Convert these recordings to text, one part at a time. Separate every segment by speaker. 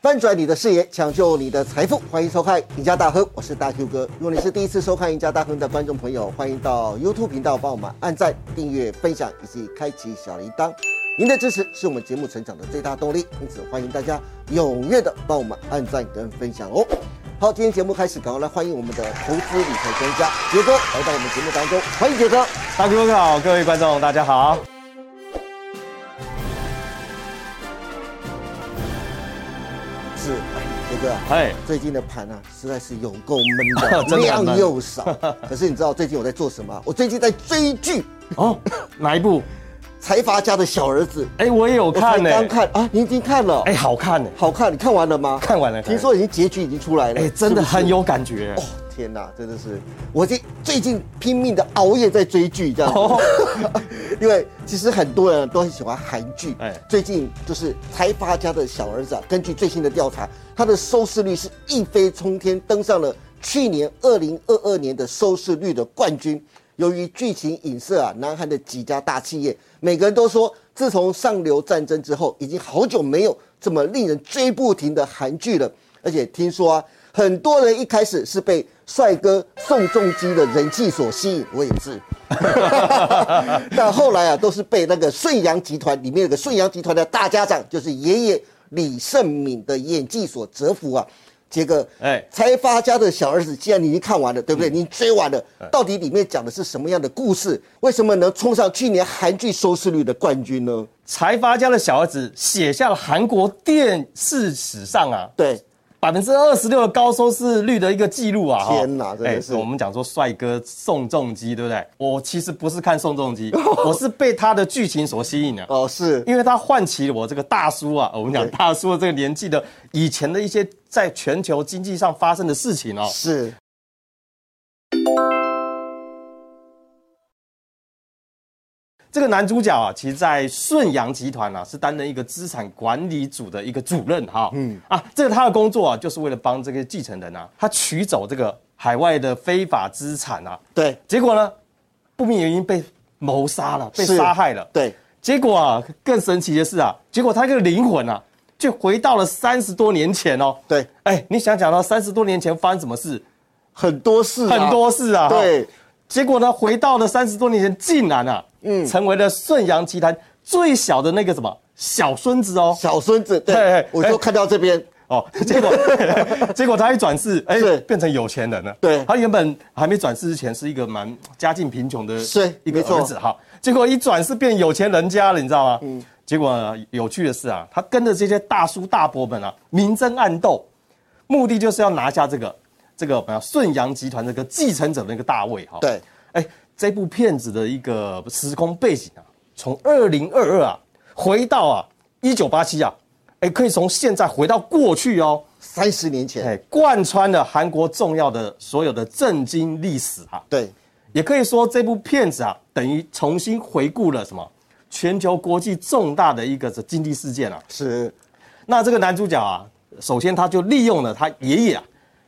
Speaker 1: 翻转你的视野，抢救你的财富，欢迎收看《赢家大亨》，我是大 Q 哥。如果你是第一次收看《赢家大亨》的观众朋友，欢迎到 YouTube 频道帮我们按赞、订阅、分享以及开启小铃铛。您的支持是我们节目成长的最大动力，因此欢迎大家踊跃的帮我们按赞跟分享哦。好，今天节目开始，赶快来欢迎我们的投资理财专家杰哥来到我们节目当中，欢迎杰哥。
Speaker 2: 大哥哥好，各位观众大家好。
Speaker 1: 是，哎杰哥啊，
Speaker 2: 哎，
Speaker 1: 最近的盘啊，实在是有够闷的，
Speaker 2: 真的很闷
Speaker 1: 量又少。可是你知道最近我在做什么？我最近在追剧《
Speaker 2: 哦，哪一部？
Speaker 1: 财阀家的小儿子》，
Speaker 2: 哎，我也有
Speaker 1: 我才
Speaker 2: 看呢、
Speaker 1: 刚看啊，你已经看了？
Speaker 2: 哎，好看呢、
Speaker 1: 好看，你看完了吗？
Speaker 2: 看完了看完了
Speaker 1: 听说已经结局已经出来了，
Speaker 2: 哎，真的
Speaker 1: 是不是
Speaker 2: 很有感觉、
Speaker 1: 哦，天哪，真的是，我这最近拼命的熬夜在追剧，这样子。
Speaker 2: 哦
Speaker 1: 因为其实很多人都很喜欢韩剧，
Speaker 2: 哎
Speaker 1: 最近就是财阀家的小儿子、啊，根据最新的调查，他的收视率是一飞冲天，登上了去年二零二二年的收视率的冠军。由于剧情影射啊，南韩的几家大企业，每个人都说，自从上流战争之后，已经好久没有这么令人追不停的韩剧了。而且听说啊，很多人一开始是被帅哥宋仲基的人气所吸引，我也是。 但后来啊，都是被那个顺阳集团里面有个顺阳集团的大家长，就是爷爷李胜敏的演技所折服啊。杰哥，哎
Speaker 2: 哎，嗯
Speaker 1: 财阀家的小儿子，既然你已经看完了，对不对？你追完了，到底里面讲的是什么样的故事？为什么能冲上去年韩剧收视率的冠军呢？
Speaker 2: 财阀家的小儿子写下了韩国电视史上啊
Speaker 1: 对，
Speaker 2: 百分之二十六的高收视率的一个记录啊！哈
Speaker 1: 天哪真的是
Speaker 2: 哎我们讲说帅哥宋仲基，对不对？我其实不是看宋仲基， 我是被他的剧情所吸引的。
Speaker 1: 哦，是
Speaker 2: 因为他唤起了我这个大叔啊，我们讲
Speaker 1: 对
Speaker 2: 大叔的这个年纪的以前的一些在全球经济上发生的事情哦。
Speaker 1: 是，
Speaker 2: 这个男主角啊，其实在顺阳集团啊是担任一个资产管理组的一个主任哈、嗯啊，这个他的工作啊，就是为了帮这个继承人啊，他取走这个海外的非法资产啊，
Speaker 1: 对，
Speaker 2: 结果呢，不明原因被谋杀了，被
Speaker 1: 是
Speaker 2: 杀害了。
Speaker 1: 对，
Speaker 2: 结果啊，更神奇的是啊，结果他这个灵魂啊，就回到了三十多年前哦。
Speaker 1: 对，
Speaker 2: 哎，你想想到三十多年前发生什么事？
Speaker 1: 很多事、
Speaker 2: 很多，事啊。
Speaker 1: 对
Speaker 2: 哈。结果呢，回到了三十多年前，竟然啊，嗯，成为了顺阳集团最小的那个什么小孙子哦。
Speaker 1: 小孙子，对，
Speaker 2: 哎哎
Speaker 1: 我就看到这边，
Speaker 2: 哦，结果 结果他一转世，哎、
Speaker 1: 嗯是
Speaker 2: 变成有钱人了。
Speaker 1: 对
Speaker 2: 他原本还没转世之前是一个蛮家境贫穷的，
Speaker 1: 是
Speaker 2: 一个
Speaker 1: 没错
Speaker 2: 儿子哈。结果一转世变有钱人家了，你知道吗？嗯。结果呢有趣的是啊，他跟着这些大叔大伯们啊，明争暗斗，目的就是要拿下这个这个我们要顺阳集团这个继承者的那个大位哈。
Speaker 1: 对，
Speaker 2: 哎，这部片子的一个时空背景啊，从二零二二啊回到啊一九八七啊，哎，可以从现在回到过去哦，
Speaker 1: 三十年前，
Speaker 2: 哎，贯穿了韩国重要的所有的政经历史啊，
Speaker 1: 对，
Speaker 2: 也可以说这部片子啊，等于重新回顾了什么全球国际重大的一个经济事件啊。
Speaker 1: 是，
Speaker 2: 那这个男主角啊，首先他就利用了他爷爷啊，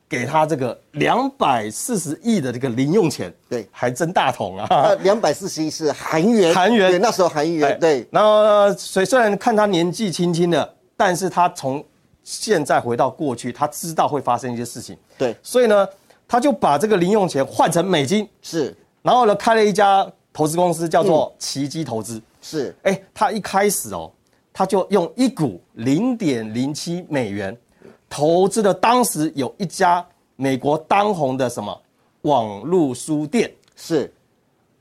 Speaker 2: 给他这个两百四十亿的这个零用钱，
Speaker 1: 对
Speaker 2: 还真大桶啊。
Speaker 1: 呃，两百四十一是韩元，
Speaker 2: 韩元
Speaker 1: 对，那时候韩
Speaker 2: 哎
Speaker 1: 元，对，
Speaker 2: 然后呢，虽虽然看他年纪轻轻的，但是他从现在回到过去，他知道会发生一些事情，
Speaker 1: 对，
Speaker 2: 所以呢，他就把这个零用钱换成美金，
Speaker 1: 是，
Speaker 2: 然后呢，开了一家投资公司，叫做奇迹投资。
Speaker 1: 是，
Speaker 2: 哎、他一开始哦，他就用一股零点零七美元投资了当时有一家美国当红的什么网络书店。
Speaker 1: 是，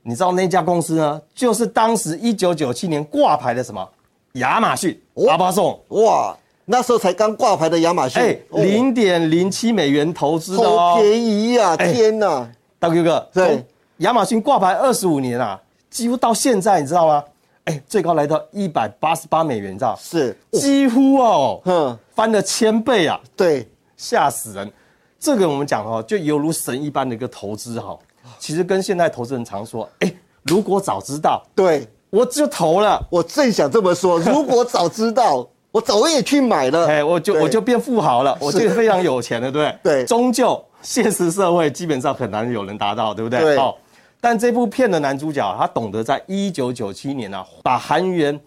Speaker 2: 你知道那家公司呢，就是当时一九九七年挂牌的什么亚马逊、
Speaker 1: 哦
Speaker 2: 阿巴颂，
Speaker 1: 哇，那时候才刚挂牌的亚马逊，
Speaker 2: 哎，
Speaker 1: 哦
Speaker 2: 零点零七美元投资的
Speaker 1: 好
Speaker 2: 哦，
Speaker 1: 便宜呀、
Speaker 2: 哎
Speaker 1: 天哪！
Speaker 2: 大哥哥，
Speaker 1: 对
Speaker 2: 从亚马逊挂牌二十五年啊，几乎到现在你知道吗？哎，最高来到一百八十八美元，你知道，
Speaker 1: 是，
Speaker 2: 几乎哦，
Speaker 1: 哼，
Speaker 2: 翻了千倍啊，
Speaker 1: 对，
Speaker 2: 吓死人！这个我们讲哦，就犹如神一般的一个投资哈、其实跟现在投资人常说，哎，如果早知道，
Speaker 1: 对，
Speaker 2: 我就投了。
Speaker 1: 我正想这么说，如 果早知道，我早也去买了。
Speaker 2: 哎，我就
Speaker 1: 对
Speaker 2: 我就变富豪了，我就非常有钱了，对不对？
Speaker 1: 对
Speaker 2: 终究现实社会基本上很难有人达到，对不对？
Speaker 1: 对，
Speaker 2: 但这部片的男主角啊他懂得在一九九七年啊，把韩元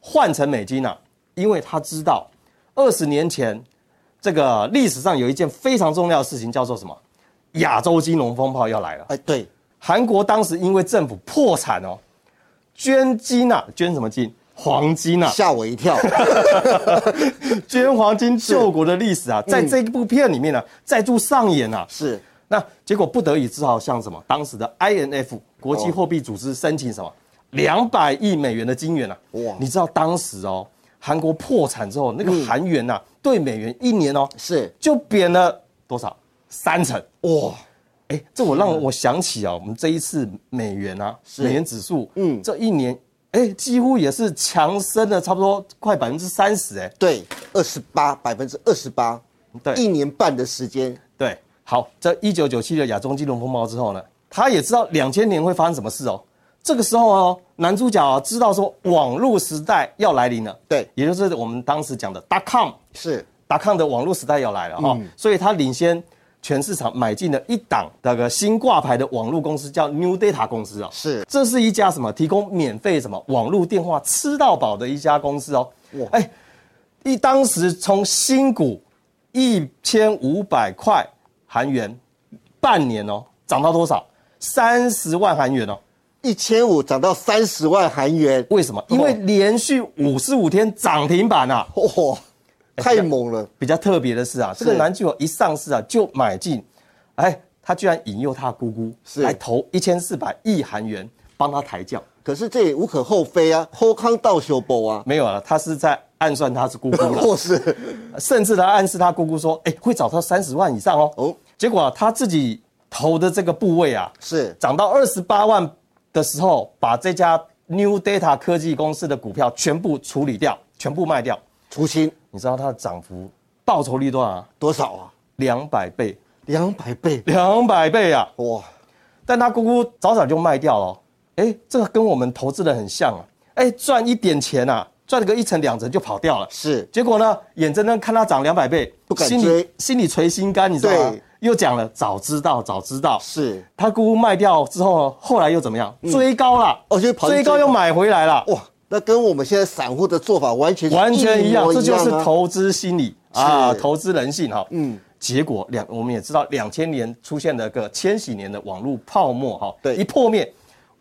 Speaker 2: 换成美金啊，因为他知道二十年前这个历史上有一件非常重要的事情，叫做什么？亚洲金融风暴要来了。
Speaker 1: 哎，对，
Speaker 2: 韩国当时因为政府破产哦，捐金啊，捐什么金？黄金啊，
Speaker 1: 吓我一 跳。
Speaker 2: 捐黄金救国的历史啊，在这部片里面呢、再度上演啊。
Speaker 1: 是，
Speaker 2: 那结果不得已只好向什么当时的 INF 国际货币组织申请什么两百亿美元的金元啊！
Speaker 1: 哇
Speaker 2: 哦哇，嗯你知道当时哦，韩国破产之后，那个韩元呐、啊对美元一年哦
Speaker 1: 是
Speaker 2: 就贬了多少？三成。
Speaker 1: 哇，
Speaker 2: 哎，这我让我想起啊，我们这一次美元啊，美元指数，嗯，这一年哎几乎也是强升了差不多快百分之三十哎。
Speaker 1: 对，二十八百分之二十八，
Speaker 2: 对
Speaker 1: 一年半的时间，
Speaker 2: 对，好，这一九九七的亚中金融风暴之后呢，他也知道两千年会发生什么事哦。这个时候哦，男主角啊知道说网络时代要来临了，
Speaker 1: 对
Speaker 2: 也就是我们当时讲的 dot com
Speaker 1: 是
Speaker 2: dot com 的网络时代要来了哈、哦所以他领先全市场买进了一档那个新挂牌的网络公司，叫 New Data 公司哦。
Speaker 1: 是
Speaker 2: 这是一家什么提供免费什么网络电话吃到饱的一家公司哦。
Speaker 1: 哇
Speaker 2: 哎，一当时从新股一千五百块韩元，半年哦涨到多少？三十万韩元哦。
Speaker 1: 一千五涨到三十万韩元，
Speaker 2: 为什么？因为连续五十五天涨停板啊。
Speaker 1: 哇，哦太猛了，
Speaker 2: 比较特别的是啊，这个
Speaker 1: 是
Speaker 2: 男主角一上市啊就买进，哎，他居然引诱他姑姑
Speaker 1: 是
Speaker 2: 来投一千四百亿韩元帮他抬轿。
Speaker 1: 可是这也无可厚非啊，后康道修博啊，
Speaker 2: 没有了，他是在暗算他是姑姑 了。
Speaker 1: 或是
Speaker 2: 甚至他暗示他姑姑说：“哎、会找到三十万以上哦。”
Speaker 1: 哦
Speaker 2: 哦，结果、啊、他自己投的这个部位啊，
Speaker 1: 是
Speaker 2: 涨到二十八万的时候，把这家 New Data 科技公司的股票全部处理掉，全部卖掉。
Speaker 1: 除薪
Speaker 2: 你知道它的涨幅报酬率多少、啊？
Speaker 1: 多少啊？
Speaker 2: 两百倍，
Speaker 1: 两百倍，
Speaker 2: 两百倍啊！
Speaker 1: 哇，
Speaker 2: 但他姑姑早早就卖掉了哦。哎，这个跟我们投资的很像啊。哎，赚一点钱啊，赚个一成两成就跑掉了。
Speaker 1: 是
Speaker 2: 结果呢，眼睁睁看它涨两百倍，
Speaker 1: 不敢
Speaker 2: 心
Speaker 1: 追
Speaker 2: 里心里捶心肝，你知道吗
Speaker 1: 对？
Speaker 2: 又讲了，早知道，早知道。
Speaker 1: 是，
Speaker 2: 他姑姑卖掉之后，后来又怎么样？追高了，
Speaker 1: 哦就跑去追
Speaker 2: 追高
Speaker 1: 高
Speaker 2: 又买回来了，
Speaker 1: 哇，那跟我们现在散户的做法完全
Speaker 2: 完全一样，
Speaker 1: 模
Speaker 2: 这就
Speaker 1: 啊
Speaker 2: 是投资心理啊，
Speaker 1: 是
Speaker 2: 投资人性哈。嗯。结果两，我们也知道，两千年出现了个千禧年的网络泡沫哈，
Speaker 1: 对
Speaker 2: 一破灭，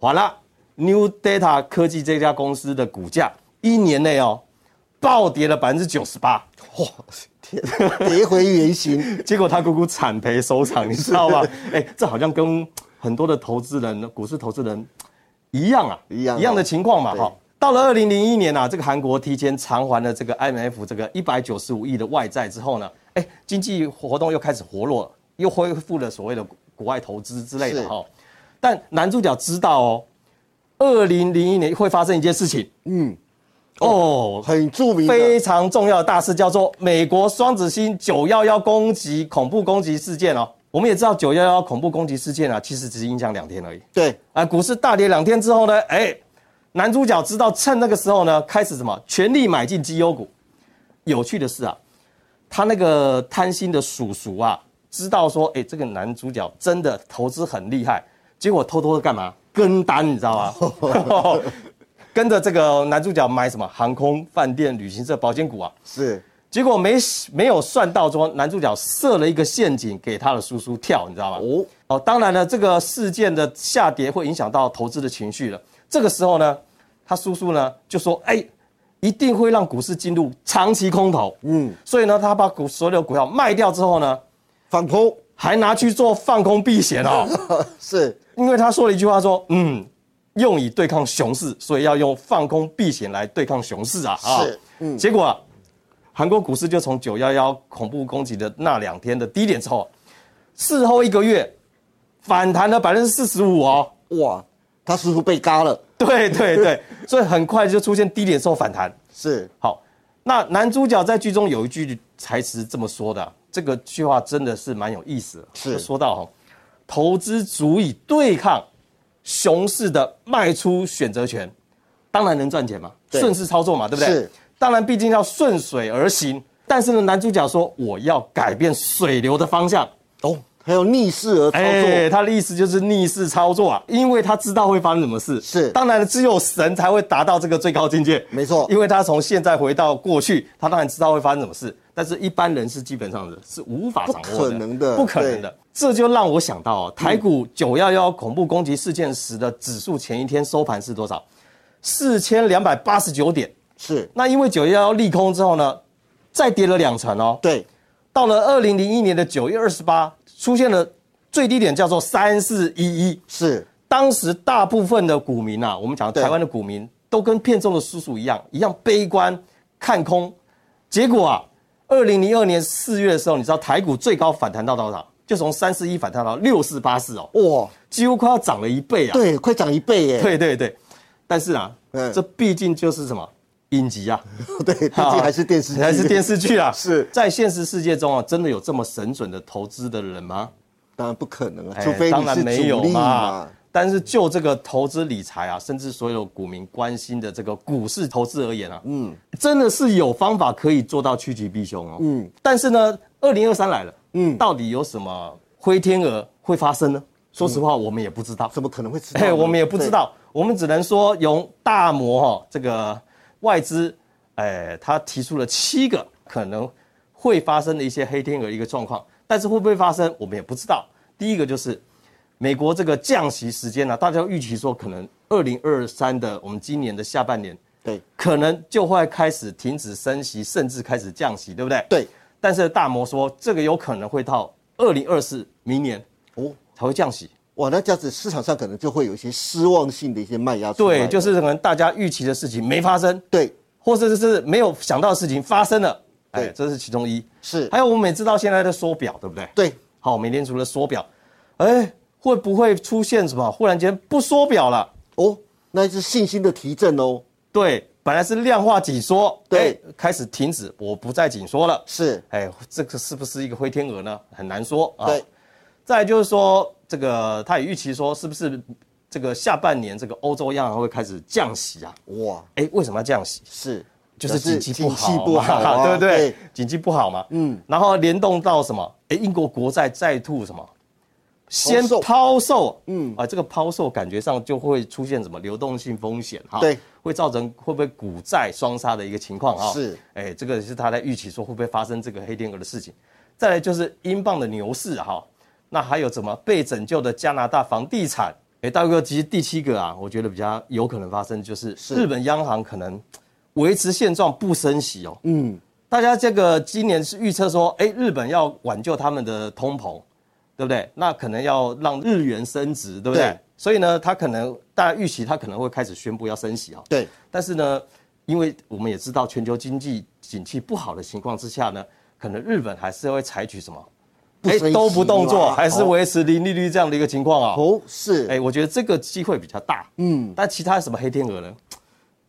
Speaker 2: 完了，New Data 科技这家公司的股价一年内哦，暴跌了百分之九十八。
Speaker 1: 哇，天，跌回原形，
Speaker 2: 结果他姑姑惨赔收场，你知道吗？哎、这好像跟很多的投资人、股市投资人一样啊，
Speaker 1: 一样啊
Speaker 2: 一样的情况嘛，
Speaker 1: 对
Speaker 2: 哈。到了二零零一年啊，这个韩国提前偿还了这个 IMF 这个一百九十五亿的外债之后呢，哎，经济活动又开始活络了，又恢复了所谓的国外投资之类的
Speaker 1: 是
Speaker 2: 哈。但男主角知道哦，二零零一年会发生一件事情，嗯，哦，
Speaker 1: 很著名的
Speaker 2: 非常重要的大事，叫做美国双子星九幺幺攻击恐怖攻击事件哦。我们也知道九幺幺恐怖攻击事件啊，其实只影响两天而已。
Speaker 1: 对，
Speaker 2: 啊，股市大跌两天之后呢，哎，男主角知道趁那个时候呢，开始什么全力买进绩优股。有趣的是啊，他那个贪心的叔叔啊，知道说，哎，这个男主角真的投资很厉害，结果偷偷的干嘛跟单，你知道吗？ 跟着这个男主角买什么航空、饭店、旅行社、保险股啊，
Speaker 1: 是
Speaker 2: 结果没没有算到说男主角设了一个陷阱给他的叔叔跳，你知道吗？
Speaker 1: 哦
Speaker 2: 哦哦，当然了，这个事件的下跌会影响到投资的情绪了。这个时候呢，他叔叔呢就说：“哎，一定会让股市进入长期空头。”嗯，所以呢，他把股所有的股票卖掉之后呢，
Speaker 1: 反空，
Speaker 2: 还拿去做放空避险哦，
Speaker 1: 是
Speaker 2: 因为他说了一句话说：“嗯，用以对抗熊市，所以要用放空避险来对抗熊市啊。”啊
Speaker 1: 是，
Speaker 2: 嗯，结果啊、韩国股市就从九幺幺恐怖攻击的那两天的低点之后，事后一个月反弹了百分之四十五哦。
Speaker 1: 哇，他叔叔被嘎了，
Speaker 2: 对对对，所以很快就出现低点之后反弹。
Speaker 1: 是
Speaker 2: 好，那男主角在剧中有一句台词这么说的啊，这个句话真的是蛮有意思的。
Speaker 1: 是
Speaker 2: 就说到哈，投资足以对抗熊市的卖出选择权，当然能赚钱嘛，
Speaker 1: 对
Speaker 2: 顺势操作嘛，对不对？
Speaker 1: 是。
Speaker 2: 当然，毕竟要顺水而行。但是呢，男主角说我要改变水流的方向，
Speaker 1: 哦，还有逆势而操
Speaker 2: 哎，
Speaker 1: 作，
Speaker 2: 他的意思就是逆势操作啊，因为他知道会发生什么事。
Speaker 1: 是
Speaker 2: 当然了只有神才会达到这个最高境界。
Speaker 1: 没错
Speaker 2: 因为他从现在回到过去，他当然知道会发生什么事，但是一般人是基本上是是无法掌
Speaker 1: 不可
Speaker 2: 握的，
Speaker 1: 能的嗯
Speaker 2: 不可能的。这就让我想到、哦，台股九幺幺恐怖攻击事件时的指数前一天收盘是多少？四千两百八十九点。
Speaker 1: 是
Speaker 2: 那因为九幺幺利空之后呢，再跌了两成哦。
Speaker 1: 对，
Speaker 2: 到了二零零一年的九月二十八，出现了最低点叫做三四一一。
Speaker 1: 是
Speaker 2: 当时大部分的股民啊，我们讲
Speaker 1: 对
Speaker 2: 台湾的股民都跟片中的叔叔一样，一样悲观看空。结果啊，二零零二年四月的时候，你知道台股最高反弹到多少？就从三四一反弹到六四八四哦，
Speaker 1: 哇，
Speaker 2: 几乎快要涨了一倍啊。
Speaker 1: 对，快涨一倍耶，
Speaker 2: 对对对，但是啊，
Speaker 1: 嗯
Speaker 2: 这毕竟就是什么影集啊，
Speaker 1: 对，毕竟还是电视剧，
Speaker 2: 还是电视剧啊。
Speaker 1: 是
Speaker 2: 在现实世界中啊，真的有这么神准的投资的人吗？
Speaker 1: 当然不可能了，
Speaker 2: 哎
Speaker 1: 除非
Speaker 2: 当
Speaker 1: 你
Speaker 2: 然
Speaker 1: 是
Speaker 2: 没
Speaker 1: 主
Speaker 2: 有
Speaker 1: 力
Speaker 2: 嘛
Speaker 1: 嘛，。
Speaker 2: 但是就这个投资理财啊，甚至所有股民关心的这个股市投资而言啊，嗯，真的是有方法可以做到趋吉避凶哦。嗯，但是呢，二零二三来了，嗯，到底有什么灰天鹅会发生呢？说实话，
Speaker 1: 嗯
Speaker 2: 我们也不知道。
Speaker 1: 怎么可能会知道呢？
Speaker 2: 哎，我们也不知
Speaker 1: 对
Speaker 2: 道，我们只能说用大摩哈、这个外资，哎，他提出了七个可能会发生的一些黑天鹅一个状况，但是会不会发生，我们也不知道。第一个就是美国这个降息时间呢、啊大家预期说可能二零二三的我们今年的下半年
Speaker 1: 对
Speaker 2: 可能就会开始停止升息，甚至开始降息，对不对？。
Speaker 1: 对
Speaker 2: 但是大摩说，这个有可能会到二零二四明年
Speaker 1: 哦，
Speaker 2: 才会降息。
Speaker 1: 哇，那这样子市场上可能就会有一些失望性的一些卖压出来
Speaker 2: 对，
Speaker 1: 了
Speaker 2: 就是可能大家预期的事情没发生，
Speaker 1: 对
Speaker 2: 或者是没有想到的事情发生了，哎
Speaker 1: 对，
Speaker 2: 这是其中一。
Speaker 1: 是
Speaker 2: 还有我们也知道现在在缩表，对不对？
Speaker 1: 对
Speaker 2: 好，美联储的缩表，哎，会不会出现什么？忽然间不缩表了？
Speaker 1: 哦，那是信心的提振哦，
Speaker 2: 对，本来是量化紧缩，
Speaker 1: 对
Speaker 2: 哎，开始停止，我不再紧缩了。
Speaker 1: 是
Speaker 2: 哎，这个是不是一个灰天鹅呢？很难说啊。
Speaker 1: 对
Speaker 2: 再来就是说，这个他也预期说，是不是这个下半年这个欧洲央行会开始降息啊？
Speaker 1: 哇
Speaker 2: 哎，为什么要降息？
Speaker 1: 是
Speaker 2: 就是景气不好
Speaker 1: 景
Speaker 2: 嘛，
Speaker 1: 气不好啊
Speaker 2: 对不对
Speaker 1: 对？
Speaker 2: 景气不好嘛，嗯，然后联动到什么？哎，英国国债再度什么？先
Speaker 1: 抛售
Speaker 2: 抛售，嗯啊，这个抛售感觉上就会出现什么流动性风险哈？
Speaker 1: 对，
Speaker 2: 会造成会不会股债双杀的一个情况哈？
Speaker 1: 是，
Speaker 2: 哎，这个是他在预期说会不会发生这个黑天鹅的事情。再来就是英镑的牛市啊哈，那还有怎么被拯救的加拿大房地产？哎，大哥，其实第七个啊，我觉得比较有可能发生就是日本央行可能维持现状不升息哦。嗯，大家这个今年是预测说，哎，日本要挽救他们的通膨，对不对？那可能要让日元升值，对不对？
Speaker 1: 对
Speaker 2: 所以呢，他可能大家预期他可能会开始宣布要升息哦。
Speaker 1: 对
Speaker 2: 但是呢，因为我们也知道全球经济景气不好的情况之下呢，可能日本还是会采取什么？哎
Speaker 1: 不升息哦
Speaker 2: 都不动作，
Speaker 1: 嘛
Speaker 2: 还是维持零利率这样的一个情况啊、哦。
Speaker 1: 哦是
Speaker 2: 哎、我觉得这个机会比较大。嗯，但其他什么黑天鹅呢？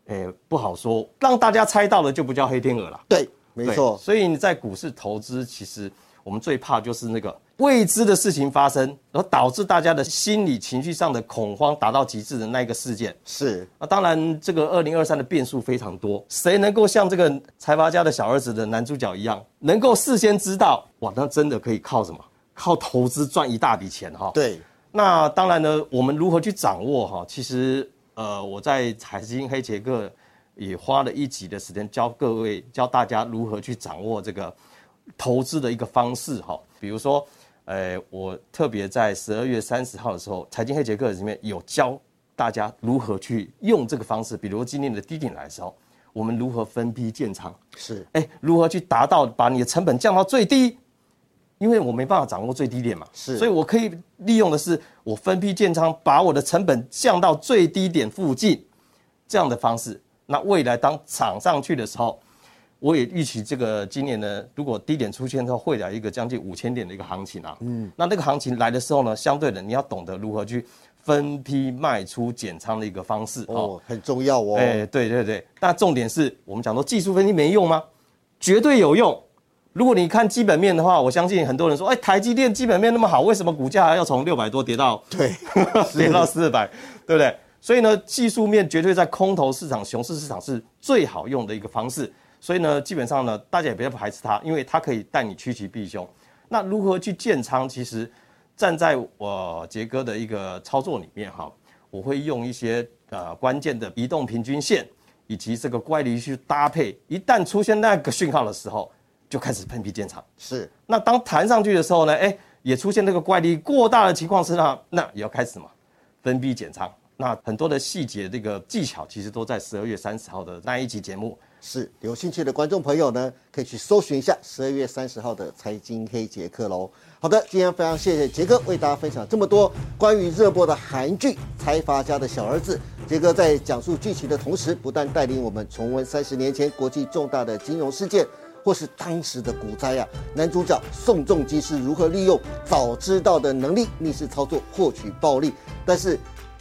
Speaker 2: 哎、不好说，让大家猜到的就不叫黑天鹅了。
Speaker 1: 对没
Speaker 2: 对
Speaker 1: 错
Speaker 2: 所以你在股市投资，其实我们最怕就是那个未知的事情发生，然后导致大家的心理情绪上的恐慌达到极致的那一个事件。
Speaker 1: 是
Speaker 2: 那当然，这个二零二三的变数非常多，谁能够像这个财阀家的小儿子的男主角一样，能够事先知道，哇，那真的可以靠什么？靠投资赚一大笔钱哈、。
Speaker 1: 对
Speaker 2: 那当然呢，我们如何去掌握哈？其实呃，我在财经黑杰克也花了一集的时间教各位教大家如何去掌握这个投资的一个方式哈。比如说，呃，我特别在十二月三十号的时候，财经黑杰克里面有教大家如何去用这个方式。比如今年的低点来的时候，我们如何分批建仓，
Speaker 1: 是
Speaker 2: 哎，如何去达到把你的成本降到最低？因为我没办法掌握最低点嘛，
Speaker 1: 是
Speaker 2: 所以我可以利用的是我分批建仓，把我的成本降到最低点附近，这样的方式。那未来当涨上去的时候，我也预期这个今年呢，如果低点出现之后，会来一个将近五千点的一个行情啊。嗯，那那个行情来的时候呢，相对的你要懂得如何去分批卖出减仓的一个方式哦
Speaker 1: 哦很重要哦
Speaker 2: 哎、对对对，那重点是我们讲说技术分析没用吗？绝对有用。如果你看基本面的话，我相信很多人说，哎、台积电基本面那么好，为什么股价还要从六百多跌到
Speaker 1: 对
Speaker 2: 跌到四百，对不对？所以呢，技术面绝对在空头市场、熊市市场是最好用的一个方式。所以呢，基本上呢，大家也不要排斥它，因为它可以带你趋吉避凶。那如何去建仓？其实站在我杰哥的一个操作里面哈，我会用一些呃关键的移动平均线以及这个乖离去搭配，一旦出现那个讯号的时候，就开始喷皮建仓。
Speaker 1: 是
Speaker 2: 那当弹上去的时候呢，哎，也出现这个乖离过大的情况之下，那也要开始嘛，分批减仓。那很多的细节这个技巧，其实都在十二月三十号的那一集节目。
Speaker 1: 是，有兴趣的观众朋友呢，可以去搜寻一下十二月三十号的财经黑杰克喽。好的，今天非常谢谢杰哥为大家分享这么多关于热播的韩剧《财阀家的小儿子》。杰哥在讲述剧情的同时，不但带领我们重温三十年前国际重大的金融事件。或是当时的股灾啊，男主角宋仲基是如何利用早知道的能力逆势操作获取暴利？但是，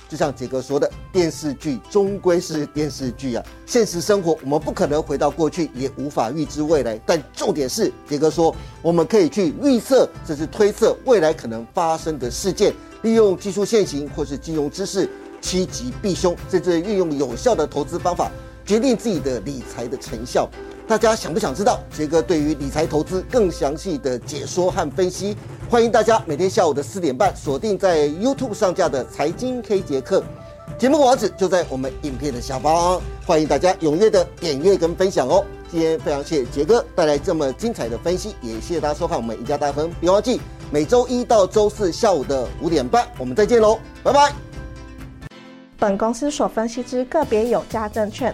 Speaker 1: 就像杰哥说的，电视剧终归是电视剧啊，现实生活我们不可能回到过去，也无法预知未来。但重点是，杰哥说我们可以去预测，甚至推测未来可能发生的事件，利用技术现行或是金融知识，趋吉避凶，甚至运用有效的投资方法，决定自己的理财的成效。大家想不想知道杰哥对于理财投资更详细的解说和分析？欢迎大家每天下午的四点半锁定在 YouTube 上架的《财经黑杰克》节目网址就在我们影片的下方，哦欢迎大家踊跃的点阅跟分享哦。今天非常谢谢杰哥带来这么精彩的分析，也谢谢大家收看我们赢家大亨，别忘记每周一到周四下午的五点半我们再见喽，拜拜。
Speaker 3: 本公司所分析之个别有价证券，